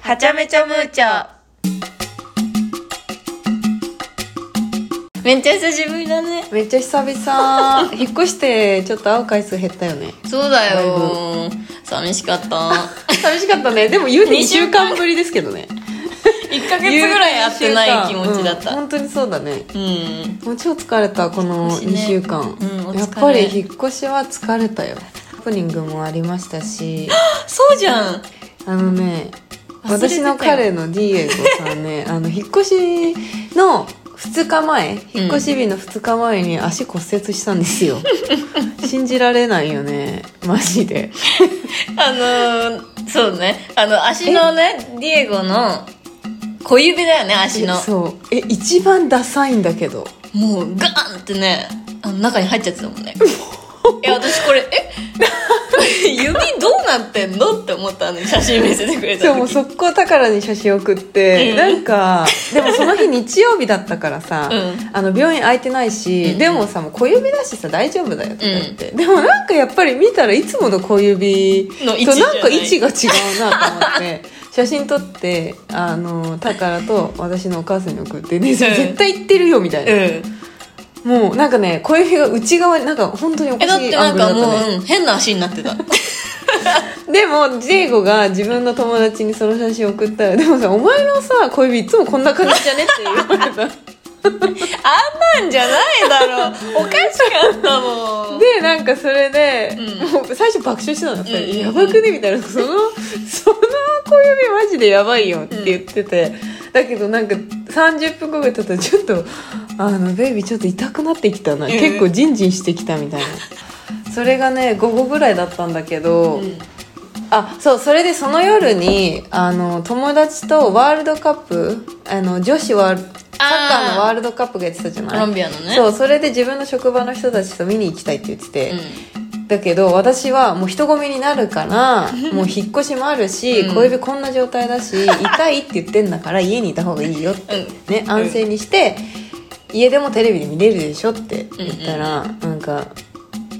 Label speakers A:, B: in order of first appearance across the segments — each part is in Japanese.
A: はちゃめちゃムーチャめっちゃ久しぶりだね
B: めっちゃ久 々引っ越してちょっと会う回数減ったよね
A: そうだよ寂しかった
B: 寂しかったねでも言うて2週間ぶりですけどね
A: 1ヶ月ぐらい会ってない気持ちだった
B: うん本当にそうだね
A: うん
B: もう超疲れたこの
A: 少しね
B: 2週間、
A: うんお疲れ
B: やっぱり引っ越しは疲れたよハプニングもありまし たし
A: そうじゃん
B: あのね
A: 忘れてたよ
B: 私の彼のディエゴさん ねあの引っ越しの2日前引っ越し日の2日前に足骨折したんです よ信じられないよねマジで
A: あのー、そうねあの足のねディエゴの小指だよね足の
B: そうえ一番ダサいんだけど
A: もうガーンってねあの中に入っちゃってたもん ねいや私これ え指どうなってんのって思ったの写真見せてくれた
B: そうもう
A: 時
B: 速攻宝に写真送って、
A: うん
B: なんかでもその日日曜日だったからさ、
A: うん
B: あの病院空いてないし、
A: うん
B: でもさもう小指だしさ大丈夫だよとか言って、でもなんかやっぱり見たらいつもの小指
A: の位置
B: と
A: じゃな
B: ないんか位置が違うなと思って 写真撮ってあの宝と私のお母さんに送って「ねそれ絶対行ってるよ」みたいな、
A: うん
B: もうなんかね小指が内側になんか本当におか
A: えだっ
B: しい
A: てなん
B: ア
A: か
B: ングルだったね
A: もう、うん変な足になってた
B: でもジェイゴが自分の友達にその写真送ったら「でもさお前のさ小指いつもこんな感じじゃね?」って言われた
A: あんなんじゃないだろうおかしかったもん
B: でなんかそれで、
A: うん
B: もう最初爆笑してたの、
A: んうん
B: やばくね?」みたいな「その その小指マジでやばいよ」って言ってて、だけどなんか30分後ぐらい経ったらちょっと「あのベイビーちょっと痛くなってきたな、
A: うん
B: 結構ジンジンしてきた」みたいな。それがね午後ぐらいだったんだけど、
A: うん
B: あそうそれでその夜にあの友達とワールドカップあの女子ワールサッカーのワールドカップがやってたじゃない
A: コロンビアのね
B: そうそれで自分の職場の人たちと見に行きたいって言ってて、
A: う
B: だけど私はもう人混みになるから もう引っ越しもあるし、
A: うん
B: 小指こんな状態だし痛いって言ってんだから家にいた方がいいよって、ね、安静にして、家でもテレビで見れるでしょって言ったら、なんか「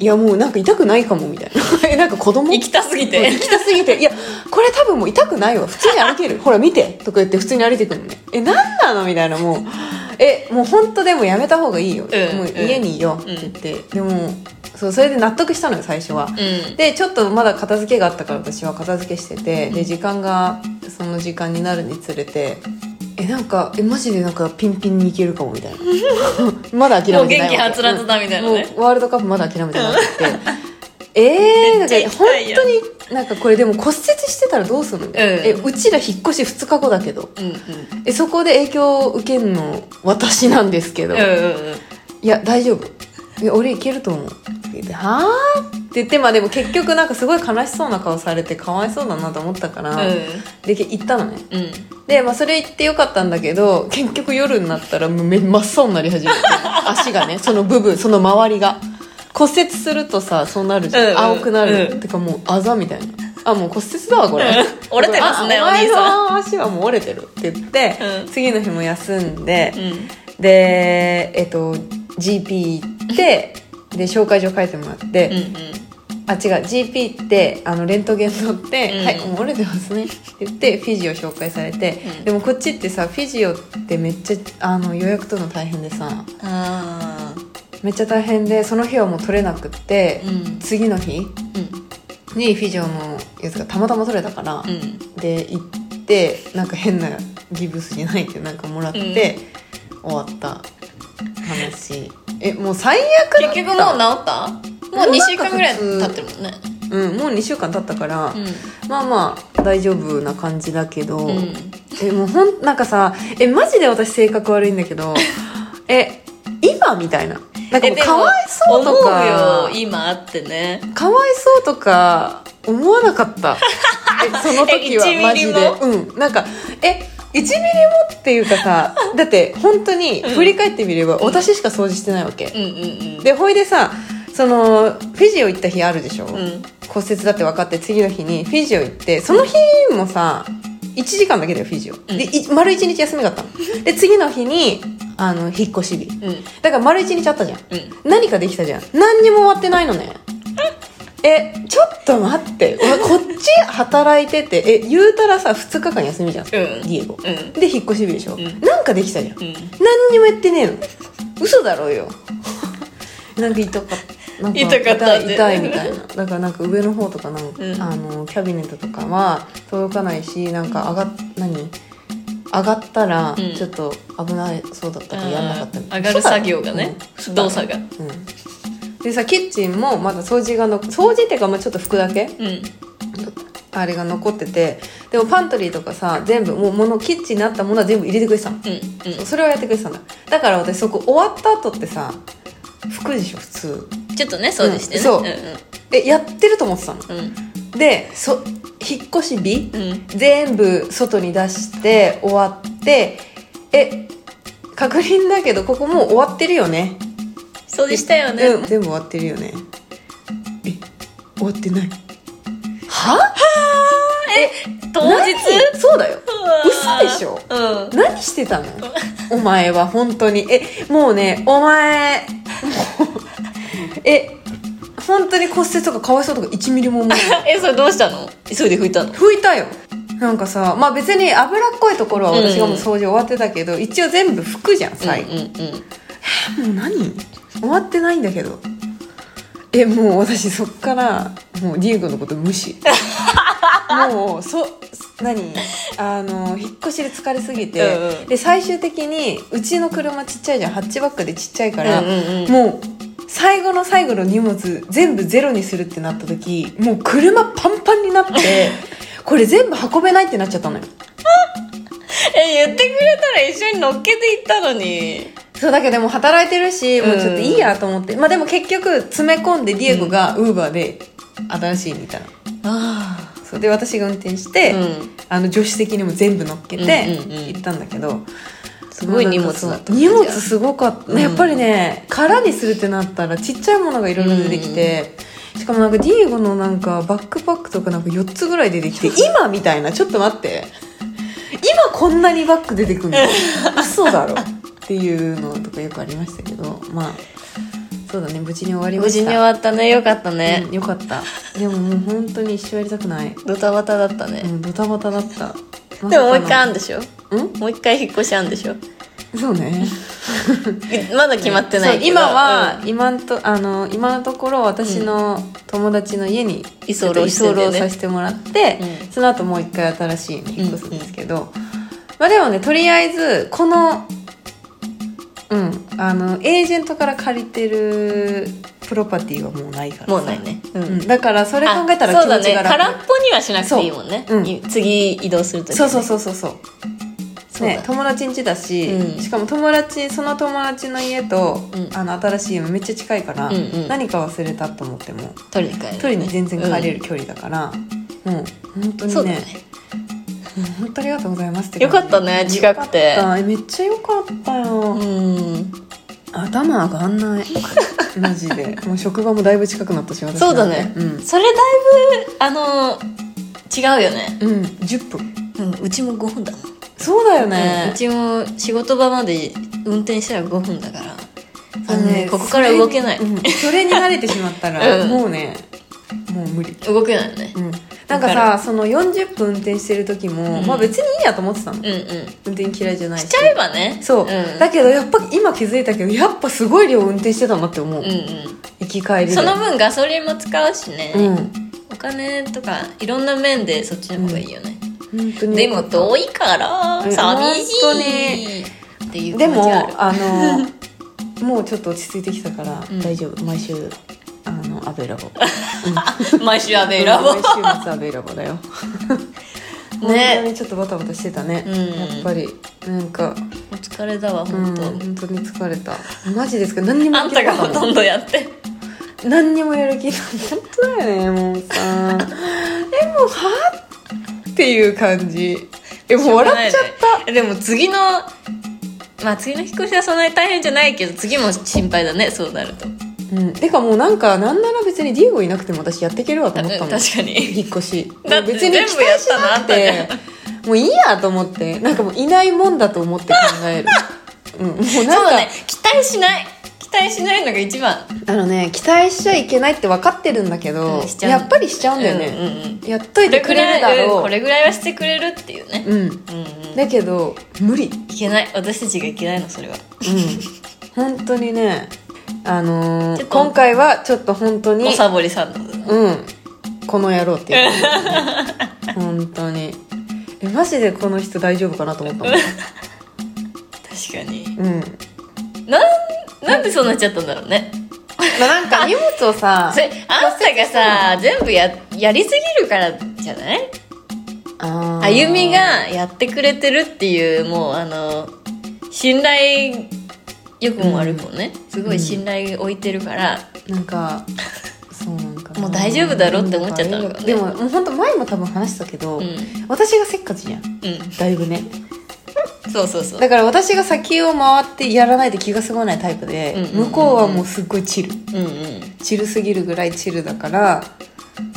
B: いやもうなんか痛くないかも」みたいな えなんか子
A: ん
B: 供
A: 行きたすぎ
B: うん
A: て
B: 行きたすぎて「いやこれ多分もう痛くないわ普通に歩 けるほら見て」とか言って普通に歩いてくるのね「え何なの?」みたいなもう「えもう本当でもやめた方がいいよ、
A: うん
B: も
A: う
B: う
A: ん
B: 家にいよう」って言って、でもそうそれで納得したのよ最初は。
A: うん
B: でちょっとまだ片付けがあったから私は片付けしててで時間がその時間になるにつれて「えなんかえマジでなんかピンピンにいけるかも」みたいな まだ諦めてな
A: もう元
B: いわけ
A: 気はつらつだみたいなね
B: もうワールドカップまだ諦めてな くてえー、
A: め
B: な
A: っ
B: ん
A: ちゃ行
B: か
A: き
B: 本
A: たいやん
B: 当になんかこれでも骨折してたらどうするの、えうちら引っ越し2日後だけど
A: うんうん
B: えそこで影響を受けるの私なんですけど、
A: うんうんうん
B: いや大丈夫いや俺いけると思う」ではあ?」って言ってまあでも結局なんかすごい悲しそうな顔されてかわいそうだなと思ったから、で行ったのね
A: うんうん
B: で、まあ、それ行ってよかったんだけど結局夜になったらもうめ真っ青にな り始めて足がねその部分その周りが骨折するとさそうなるじゃん、
A: うんうん
B: 青くなる、
A: うん
B: てかもうあざみたいなあもう骨折だわこれ
A: うん折れてますね
B: あ
A: お兄さん
B: お前の足はもう折れてるって言って、
A: うん
B: 次の日も休んで、
A: うん
B: でえっと GP 行ってで紹介状書いてもらって、
A: うんうん
B: あ違う GP ってあのレントゲン撮って「
A: うん
B: はいもう折れてますね」って言ってフィジオ紹介されて、
A: うん
B: でもこっちってさフィジオってめっちゃあの予約取るの大変でさ
A: あ
B: めっちゃ大変でその日はもう取れなくって、
A: ーうん
B: 次の日にフィジオのやつがたまたま取れたから、
A: うんうん
B: で行ってなんか変なギブスじゃないけどなんかもらって、終わった話えもう最悪だった
A: 結局もう治ったもう2週間ぐらい経ってるもんね
B: うん、もう2週間経ったから、
A: う
B: まあまあ大丈夫な感じだけど、
A: ん、
B: えもうほんなんかさえマジで私性格悪いんだ けどえ今みたいななんかもうかわいそうと
A: 思
B: か
A: うよ今あってね
B: かわいそうとか思わなかった えその時は
A: え1
B: マ
A: ミリも
B: ジでうんなんかえ1ミリもっていうか さだって本当に振り返ってみれば私しか掃除してないわけ
A: う、んうんうん
B: でほいでさそのフィジオ行った日あるでしょ、
A: うん
B: 骨折だって分かって次の日にフィジオ行ってその日もさ1時間だけだよフィジオ、でい丸1日休みがあったので次の日にあの引っ越し日
A: うん
B: だから丸1日あったじゃん
A: うん
B: 何かできたじゃん何にも終わってないのねえちょっと待って俺こっち働いててえ言うたらさ2日間休みじゃん、
A: うん
B: ディエゴ、
A: うん
B: で引っ越し日でしょ、
A: ん
B: なんかできたじゃん、
A: うん
B: 何にもやってねえの嘘だろうよ なんか痛かったなんか
A: 痛かったって
B: 痛い痛いみたいなだからなんか上の方とかなんか、
A: うん
B: あのキャビネットとかは届かないしなんか上がっ何上がったら
A: うん
B: ちょっと危ないそうだったからやんなかったみた
A: あー
B: い
A: 上
B: な、
A: がる作業がね
B: うん
A: 動作が
B: うんでさキッチンもまだ掃除がの掃除っていうかまあちょっと拭くだけ
A: うん
B: あれが残っててでもパントリーとかさ全部もう物キッチンにあったものは全部入れてくれてたの、
A: うん
B: そうそれをやってくれてたんだだから私そこ終わった後ってさ拭くでしょ普通
A: んちょっとね掃除してね、
B: うんそうんでやってると思ってたの
A: うんうん
B: でそ引っ越し日、
A: うん
B: 全部外に出して終わってえ確認だけどここもう終わってるよね
A: 掃除したよね、
B: うん、全部終わってるよねえ終わってないは
A: 当日
B: 何そ うだよ
A: う
B: 嘘
A: わ
B: でしょ
A: うん
B: 何してたのお前は本当にえもうねお前 もうえ本当に骨折とかかわいそうとか1ミリも思 わない
A: えそれどうしたの急いで拭いたの
B: 拭いたよなんかさまあ別に脂っこいところは私がもう掃除終わってたけど、一応全部拭くじゃん最後、
A: うんうんうん
B: もう何終わってないんだけどえもう私そっからもうディエゴのこと無視もうそ何あの引っ越しで疲れすぎて、
A: うんうん
B: で最終的にうちの車ちっちゃいじゃんハッチバックでちっちゃいから、
A: うんうんうん
B: もう最後の最後の荷物全部ゼロにするってなった時もう車パンパンになって これ全部運べないってなっちゃったのよ
A: え言ってくれたら一緒に乗っけていったのに
B: そうだけどでも働いてるしもうちょっといいやと思って、まあでも結局詰め込んでディエゴがウーバーで新しいみたいな、
A: あ
B: そうで私が運転して、
A: うん
B: あの助手席にも全部乗っけて
A: うんうんうん
B: 行ったんだけど、
A: すごい荷物だ
B: だ
A: った
B: 荷物すごかった、
A: うん
B: やっぱりね空にするってなったらちっちゃいものがいろいろ出てきて、しかもなんかディエゴのなんかバックパックとかなんか4つぐらい出てきて今みたいなちょっと待って今こんなにバッグ出て くるの嘘だろっていうのとかよくありましたけどまあそうだね無事に終わりま
A: 無
B: した
A: 事に終わったねよかったね
B: う、んよかったでももう本当に一生やりたくない、
A: ドタバタだった
B: う
A: ね、
B: ん、ドタバタだった
A: でももう一回あ
B: ん
A: んでしょ
B: うん
A: もう一回引っ越しあんでしょ
B: そうね
A: まだ決まってないけ
B: そう
A: ど
B: 今は、今んとあの今のところ私の友達の家に
A: 居候して
B: ちょ
A: ん
B: っ
A: だ
B: と居
A: よ
B: 候
A: ね
B: させてもらって、
A: うん
B: その後もう一回新しい家に引っ越すんですけど、まあでもねとりあえずこのうんあのエージェントから借りてるプロパティはもうないからさ
A: もうないねう
B: うん
A: ん
B: だからそれ考えたら
A: あ
B: 気
A: そうだ
B: 持ち
A: ね
B: が
A: 空
B: 楽
A: っぽにはしなくていいもんね、
B: そううん
A: い次移動するとき、ね、
B: そうそうそうそうそう
A: そうだ
B: ね、友達ん家だし、
A: うん
B: しかも友達その友達の家と、
A: うん
B: あの新しい家もめっちゃ近いから、
A: うんうん
B: 何か忘れたと思っても
A: 取りに帰る
B: 一人に全然帰れ
A: る、
B: る距離だから、もう本当
A: うんそう
B: に
A: だ
B: ね
A: ね
B: うん本当ありがとうございますって
A: よかったね近くて
B: よかったえめっちゃよかったよ、
A: うん
B: 頭上がん ないマジでもう職場もだいぶ近くなったし私
A: そうだね
B: うん、
A: それだいぶあの違うよね、
B: うん、10分
A: うん、うちも5分だもん
B: そうだよ
A: ね、
B: ね
A: う、ちも仕事場まで運転したら5分だから
B: あ
A: あ
B: の
A: の
B: ね
A: ねここから動けない、
B: それ,、うんそれに慣れてしまったら、
A: うん
B: もうねもう無理
A: 動けないよね
B: うん、なんか
A: わ
B: さその40分運転してる時も、
A: うん
B: まあ別にいいやと思ってたの、
A: うんうん
B: 運転嫌いじゃないし
A: しちゃえばね
B: そう、
A: ん、
B: だけどやっぱ今気づいたけどやっぱすごい量運転してたなって思う、
A: うんうん
B: 行き帰りで
A: その分ガソリンも使うしね、
B: うん
A: お金とかいろんな面でそっちの方がいいよね、
B: 本当に
A: でも遠いから
B: うん
A: 寂
B: 本当
A: しいっていう気
B: で
A: 持ちある
B: もあの もうちょっと落ち着いてきたから、
A: うん
B: 大丈夫毎週あのアベラボ
A: 毎週アベラボ
B: 毎週末アベラボだよ
A: ね
B: 本当にちょっとバタバタしてたね、
A: うん
B: やっぱりなんか
A: お疲れだわ
B: うん
A: 本当、
B: 本当に疲れたマジですか何にも
A: あ
B: や
A: ん
B: る気な
A: た
B: か
A: が
B: ったも
A: ほとんどやって
B: 何にもやる気ない本当だよねもうさえもうはっていう感じえもう笑っちゃった
A: たでも次のまあ次の引っ越しはそんなに大変じゃないけど次も心配だねそうなると
B: うんてかもうなんかなんなら別にディエゴいなくても私やっていけるわと
A: た
B: 思った
A: 確
B: もん
A: かに
B: 引っ越し
A: だって
B: 別に期待
A: 全
B: しなく
A: 部や
B: て
A: った
B: もういいやと思って なんかもういないもんだと思って考えるうんもう
A: そう
B: なんか
A: ね期待しない期待しないのが一番、
B: あのね期待しちゃいけないって分かってるんだけど、
A: うんしちゃう
B: やっぱりしちゃうんだよね、
A: うんうんうん
B: やっといてくれるだろ
A: こ
B: う
A: れぐらいはしてくれるっていうね、
B: うん
A: うんうん
B: だけど無理
A: いけない私たちがいけないのそれは
B: うん本当にねあのー
A: ちょっと
B: 今回はちょっと本当に
A: おさぼりさんの
B: うんこの野郎っていう本当にえマジでこの人大丈夫かなと思ったも ん
A: 確かに
B: うん、
A: なんなんでそうなっちゃったんだろうね
B: まあ、なんか荷物をさ
A: それあんたがさ全部ややりすぎるからじゃない
B: あー
A: あゆみがやってくれてるっていうもうあの信頼よくも悪くもね、すごい信頼置いてるから、
B: なんかそうなんかな
A: もう大丈夫だろって思っちゃったのかね
B: でももう本当前も多分話したけど、
A: うん
B: 私がせっかちじゃん
A: う
B: だいぶね
A: んそうそうそう
B: だから私が先を回ってやらないと気が済まないタイプで、
A: うんうんうん
B: 向こうはもうすっごいチル
A: うんうん
B: チルすぎるぐらいチルだから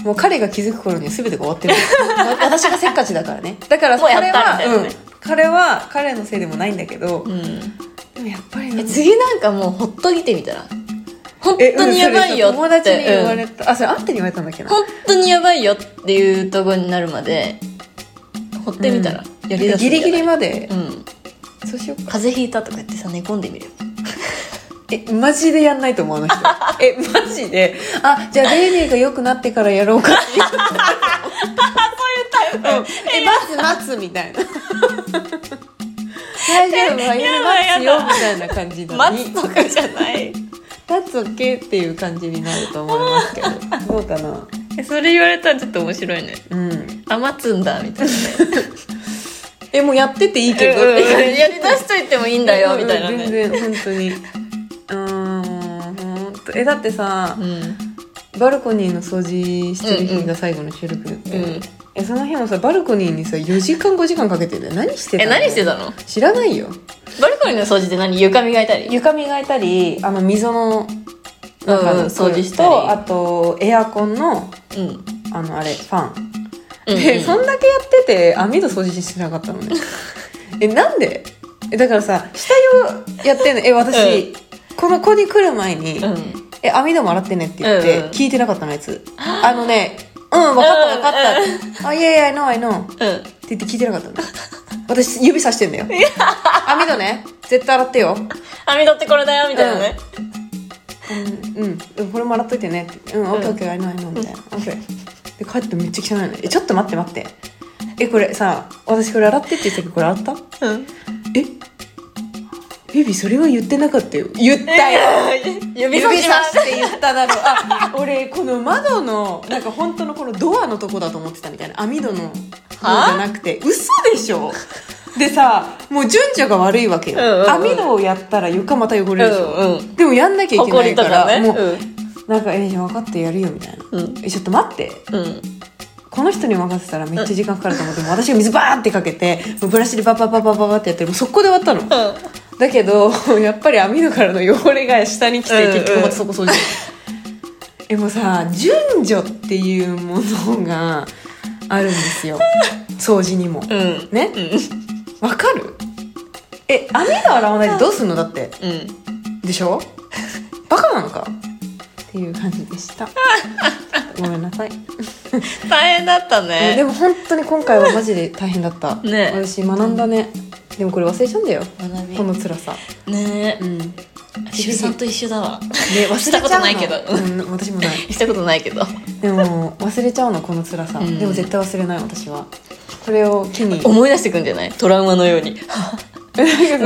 B: もう彼が気づく頃には全てが終わってる わ私がせっかちだからねだから
A: もうやっ
B: 彼
A: たみ
B: は
A: たいなね
B: うん、彼は彼のせいでもないんだけど、
A: うん
B: でもやっぱり
A: え
B: ね
A: 次なんかもうほっといてみたら本当にやばいよって、
B: 友達に言わ
A: うん
B: れた、あそれあんたに言われたんだっけな
A: 本当にやばいよっていうところになるまでほってみたら、やりだすんじ
B: ギ
A: ゃない
B: リギリまで
A: う、ん
B: そうしようか
A: 風邪ひいたとか言ってさ寝込んでみる
B: えマジでやんないと思うあの 人えマジであじゃあレイレイが良くなってからやろう かっていうそういうタイプ、うんえ待つ待つみた いな大丈夫は
A: えや
B: や
A: だ
B: 待つよみたいな感じなの
A: 待
B: に
A: つとかじゃない
B: 待つ OK っていう感じになると思いま すけどどうかな
A: え それ言われたらちょっと面白いね
B: うん
A: あ待つんだみたいな
B: えもうやってていいけどって感じ
A: やりだしといてもいいんだよみたいな
B: うんうん
A: ね
B: 全然本当にうーんほんとえだってさ、
A: うん
B: バルコニーの掃除してる日が最後の収録だったよね
A: うんうん
B: えその日もさバルコニーにさ4時間5時間かけてる何してた
A: え
B: の
A: 何してたの
B: 知らないよ
A: バルコニーの掃除って何床磨いたり
B: 床磨いたりあの溝の
A: うん
B: 中
A: うん
B: の
A: 掃除したり
B: とあとエアコンの
A: うんうん
B: あのあれファン、
A: うん
B: でそんだけやってて網戸掃除してなかったの ねえなんでえだからさ下着をやってんのえ私、この子に来る前に、
A: うん
B: え網戸も洗ってねって言っ
A: うん
B: て
A: うん
B: 聞いてなかったのあいつあのねうん分かった分かったあいやいや I know I know って
A: うん
B: 言って聞いてなかったの私指さしてん だよ網戸ね絶対洗ってよ
A: 網戸ってこれだよみたいなね
B: うんうんこれも洗っといてねってうん
A: ん
B: OKOK I know I know みたいな OK で帰ってめっちゃ汚いのえちょっと待って待ってえこれさ私これ洗ってって言ったけどこれ洗った
A: うん
B: えベビーそれは言ってなかったよ言ったよ
A: 指
B: 指
A: 差
B: 差
A: しま
B: し
A: す
B: て言っただろうあ 俺この窓のなんか本当のこのドアのとこだと思ってたみたいな網戸の方じゃなくて嘘でしょでさもう順序が悪いわけよ、
A: うんうんうん
B: 網戸をやったら床また汚れるでしょ、
A: うんうん
B: でもやんなきゃいけ
A: ほこ
B: ない
A: りと
B: から
A: かね
B: もう、
A: う
B: なんか「え分かってやるよ」みたいな「
A: うん
B: えちょっと待って
A: んうん
B: この人に任せたらめっちゃ時間かかると思って、もう私が水バーンってかけてもうブラシでババババババってやってもう速攻で終わったの
A: うん
B: だけど やっぱり網戸からの汚れが下に来て、
A: うんうん
B: 結局またそこ掃除でもさ順序っていうものがあるんで すよ掃除にも
A: うん
B: ね
A: う
B: わかるえ網戸洗わないでどうすんのだって
A: んうん
B: でし ょバカなのかっていう感じでした ごめんなさい
A: 大変だった
B: で
A: ね
B: も本当に今回はマジで大変だった、
A: ね
B: 私学んだねでもこれ忘れちゃうんだよ
A: 学び
B: この辛さ
A: ね
B: うんね
A: 週3と一緒だわ
B: 忘れちゃうの
A: したことないけど
B: うん、私もない
A: したことないけど
B: でも忘れちゃうのこの辛さ、
A: うん
B: でも絶対忘れない私はこれを機に
A: 思い出してくんじゃないトラウマのように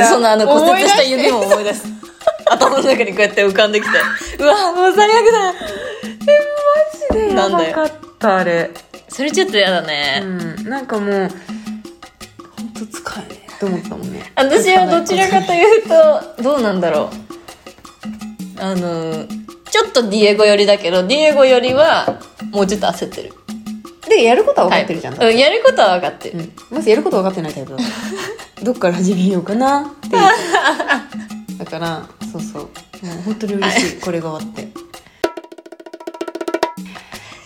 A: そのあの骨折した指も思い出す 頭の中にこうやって浮かんできてうわもう最悪だ
B: 思い出して
A: なんだよ
B: やばかったあれ
A: それちょっとやだね、
B: うんなんかもう本当疲れねえと思ったもんね
A: 私はどちらかというとどうなんだろうあのちょっとディエゴ寄りだけどディエゴよりはもうちょっと焦ってる
B: でやることは分かってるじゃん、
A: タイプうん、やることは分かってる、
B: うん、まずやること分かってないタ イプだからどっから始めようかなっていうだからそうそうもう本当に嬉しい、これが終わって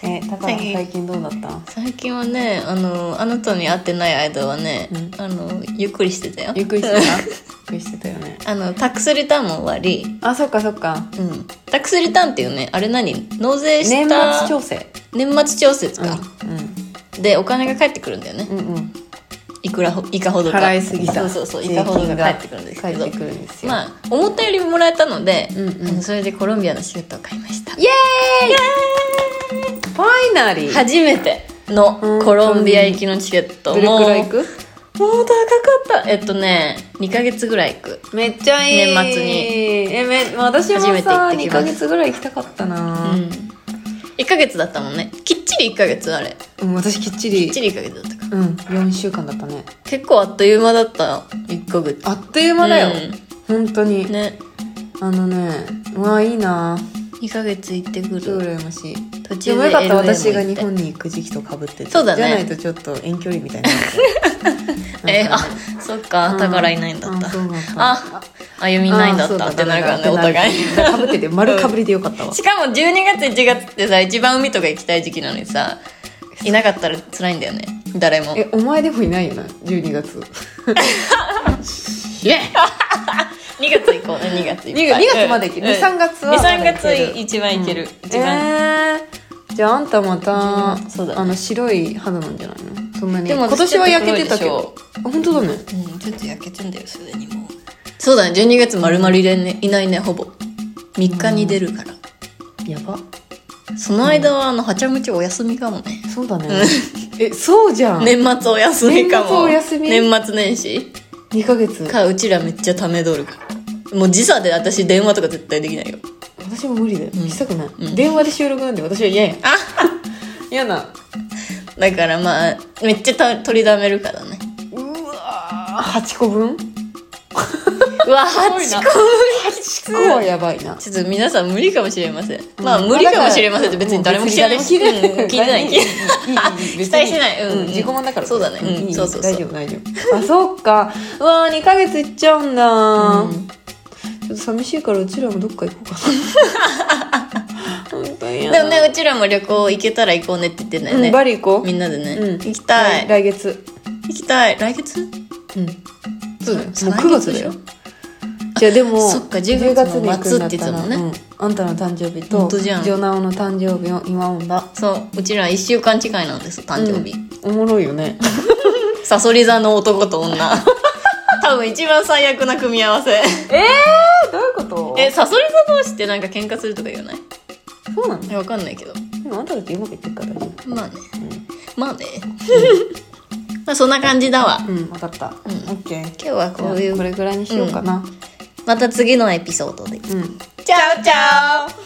B: えだから最近どうだった
A: 最近はねあのあなたに会ってない間はね、
B: うん
A: あのゆっくりしてたよ
B: ゆっく りしてたゆっくりしてたよね
A: あのタックスリターンも終わり、
B: あそっかそっか
A: うん、タックスリターンっていうねあれ何納税した
B: 年末調整
A: 年末調節か、
B: う
A: でお金が返ってくるんだよね
B: んうんうん
A: いくらほいかほ
B: うん
A: どか
B: 払いすぎた
A: そうそうそういかほどが返ってくるんですけ
B: 税金が
A: ど
B: 返ってくるんですよ
A: まあ思ったよりもらえたので、
B: うんうん
A: あのそれでコロンビアのシュートを買いました
B: イエーイファイナリー
A: 初めてのコロンビア行きのチケット
B: どれ
A: もう
B: くらい行く
A: もう高かったえっとね2ヶ月ぐらい行く
B: めっちゃいい
A: 年末に
B: えめ私も
A: 初めて行
B: さ
A: って
B: 2
A: きます
B: ヶ月ぐらい行きたかった
A: う
B: な、
A: ん1ヶ月だったもんねきっちり1ヶ月あれ
B: うん、私きっちり
A: きっちり1ヶ月だったか
B: うん4週間だったね
A: 結構あっという間だった1ヶ月
B: あっという間だよ、本当に、
A: ね
B: あのねうわいいな
A: 2ヶ月行ってく
B: 超
A: る
B: 羨ましい
A: 途
B: で
A: 中
B: も
A: で
B: よ
A: LA も
B: か
A: 行っ
B: った
A: て
B: 私が日本に行く時期とかぶってて
A: そうだね
B: じゃないとちょっと遠距離みたいにな っちゃう
A: え
B: なん
A: あ
B: かね
A: そっか宝いないんだっ
B: あ
A: た
B: そうなんだ
A: あ歩みないんだったってなるからねお互い
B: かぶってて丸かぶりでよかったわ
A: しかも12月1月ってさ一番海とか行きたい時期なのにさいなかったら辛いんだよね誰も
B: えお前でもいないよな12月
A: イエ2月行こうね2月いっぱい
B: 2月まで行ける
A: うん
B: 23月は
A: うん
B: まだ行け
A: 23
B: る
A: 月は一番行ける、一番、
B: えー、じゃああんたまた、
A: うんそうだね
B: あの白い肌なんじゃないのそんなに
A: でも
B: 今
A: 私
B: 年は焼けてたけ
A: ちょっ
B: どあ本当だね
A: うんちょっと焼けてんだよすでにもうそうだね12月丸々いれんねいないねほぼ3日に出るから、
B: やば
A: その間はあのはちゃむちお休みかもね
B: そうだねえそうじゃん、
A: 年末お休みかも
B: 年末お休み
A: 年末年始
B: 2ヶ月
A: かうちらめっちゃため取るからもう時差で私電話とか絶対できないよ
B: 私も無理だよ、
A: ん
B: したくない、
A: うん
B: 電話で収録なんで私は嫌や
A: あ
B: 嫌な
A: だからまあめっちゃた取りだめるから ね
B: うわ8個分
A: うわ
B: すごいな
A: 8個
B: 8個はやばいな
A: ちょっと皆さん無理かもしれません、
B: うん
A: まあ無理かもしれませんって別に誰も聞いてないし、
B: 誰も
A: うん聞いてない
B: い
A: 聞いてない
B: いいいいいいい いい
A: 期待してないうん
B: 別に自己満だから
A: そうだねうん
B: いいい
A: そうそうそう
B: 大丈夫大丈夫あそっかうわー2ヶ月行っちゃうんだ、
A: うん
B: ちょっと寂しいからうちらもどっか行こうかな本当に嫌だ
A: でもねうちらも旅行行けたら行こうねって言ってんだよ
B: う
A: ね、
B: ん、バリ行こう
A: みんなでね、
B: うん
A: 行きたい
B: 来来月
A: 行きたい来月
B: うんそうだよもう
A: 再来
B: 9月だよじゃあでも
A: そっか10月の末って言ってたもんね
B: 10月に行くんだったらうんあんたの誕生日
A: ほん
B: と
A: とじゃん
B: ジョナオの誕生日を祝うんだ
A: そううちら1週間違いなんです誕生日、
B: おもろい よね
A: さそり座の男と 女多分一番最悪な組み合わせ
B: えどういうこと
A: えさそり座同士ってなんか喧嘩するとか言わない
B: そうなの
A: えわかんないけど
B: でもあんただってうまくいってるから大丈
A: まあね
B: 夫
A: まあねまあそんな感じだわ
B: うん、分かった、オッケー
A: 今日はこういう
B: これぐらいにしようかな
A: また次のエピソードで
B: うん
A: チャオチャオ